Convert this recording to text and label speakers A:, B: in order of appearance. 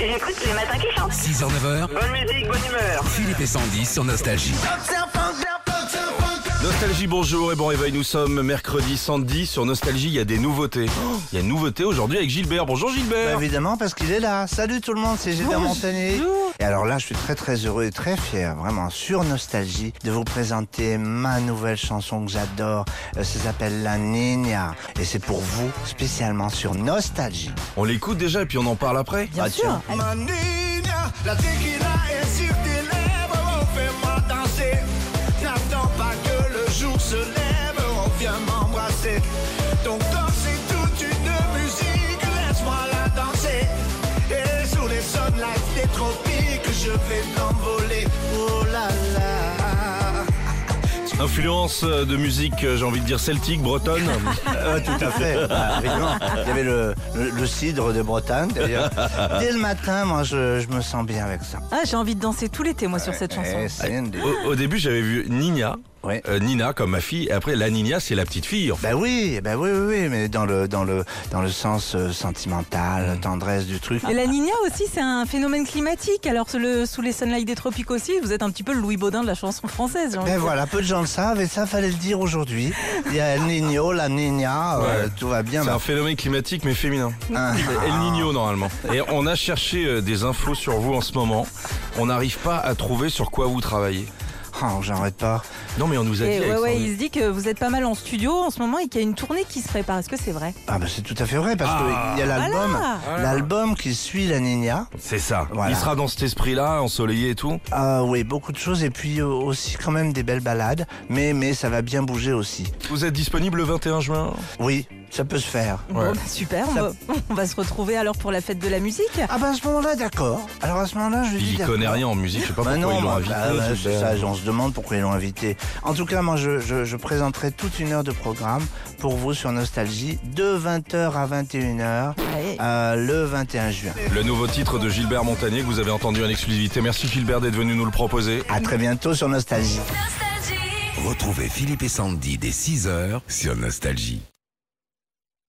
A: Et j'écoute les matins qui chantent.
B: 6h, 9h,
A: Bonne musique, bonne humeur.
B: Philippe et Sandy sur Nostalgie.
C: Nostalgie, bonjour et bon réveil. Nous sommes mercredi samedi sur Nostalgie. Il y a des nouveautés. Il y a une nouveauté aujourd'hui avec Gilbert. Bonjour
D: Bah,
C: Gilbert.
D: évidemment, parce qu'il est là. Salut tout le monde, c'est Gilbert Montagné. Et alors là, je suis très très heureux et très fier, vraiment sur Nostalgie, de vous présenter ma nouvelle chanson que j'adore. Euh, ça s'appelle La Nina. Et c'est pour vous, spécialement sur Nostalgie.
C: On l'écoute déjà et puis on en parle après.
E: Bien
C: Ah,
E: sûr.
C: tiens.
E: Allez.
F: La tequila est sur tes lèvres, on fait-moi danser. N'attends pas que le jour se lève, on vient m'embrasser. Ton corps c'est toute une musique, laisse-moi la danser. Et sous les sunlights des tropiques, je vais t'envoler. Oh là là.
C: Influence euh, de musique, euh, j'ai envie de dire celtique, bretonne.
D: Euh, tout à fait. Ah, évidemment. Il y avait le, le- le cidre de Bretagne, d'ailleurs. Dès le matin, moi, je, je me sens bien avec ça.
E: Ah, j'ai envie de danser tout l'été, moi, sur cette chanson.
D: Eh, Cindy.
C: Au, au début, j'avais vu Nina.
D: Ouais.
C: Euh, Nina comme ma fille. Et après, la Nina, c'est la petite fille. en fait.
D: Ben oui, ben oui, oui, oui, mais dans le dans le dans le sens euh, sentimental, tendresse du truc.
E: Et la Nina aussi, c'est un phénomène climatique. Alors, sous le- sous les sunlights des tropiques aussi, vous êtes un petit peu le Louis Baudin de la chanson française. j'ai envie
D: Ben
E: de dire.
D: voilà, peu de gens le savent et ça fallait le dire aujourd'hui. Il y a El Niño, la Niña, euh,
C: Ouais.
D: tout va bien.
C: C'est
D: ben,
C: un phénomène climatique, mais féminin.
D: hein.
C: El Nino normalement. Et on a cherché euh, des infos sur vous en ce moment. On n'arrive pas à trouver sur quoi vous travaillez.
D: Oh, j'arrête pas.
C: Non, mais on
D: Eh,
C: nous a dit.
E: Et ouais,
C: Alexandre.
E: ouais, il se dit que vous êtes pas mal en studio en ce moment et qu'il y a une tournée qui se prépare. Est-ce que c'est vrai
D: Ah ben c'est tout à fait vrai parce qu'il y a l'album,
E: Voilà.
D: l'album qui suit la Niña.
C: C'est ça.
D: Voilà.
C: Il sera dans cet esprit-là, ensoleillé et tout.
D: Ah oui, beaucoup de choses et puis euh, aussi quand même des belles balades, mais mais ça va bien bouger aussi.
C: Vous êtes disponible le 21 juin
D: Oui, ça peut se faire.
E: Bon, bah, super. on
D: Ça-
E: va- On va se retrouver alors pour la fête de la musique.
D: Ah ben à ce moment-là, d'accord. Alors à ce moment-là, je dis
C: Il
D: d'accord.
C: connaît rien en musique, je sais pas
D: Bah
C: pourquoi
D: non,
C: ils l'ont
D: bah,
C: invité.
D: bah, bah, c'est ça,
C: Gilbert.
D: on se demande pourquoi ils l'ont invité. En tout cas, moi, je, je- je présenterai toute une heure de programme pour vous sur Nostalgie de 20h à 21h
E: Ouais.
D: euh, le 21 juin.
C: le nouveau titre de Gilbert Montagnier que vous avez entendu en exclusivité. Merci Gilbert d'être venu nous le proposer.
D: À très bientôt sur Nostalgie.
B: Retrouvez Philippe et Sandy dès 6h sur Nostalgie.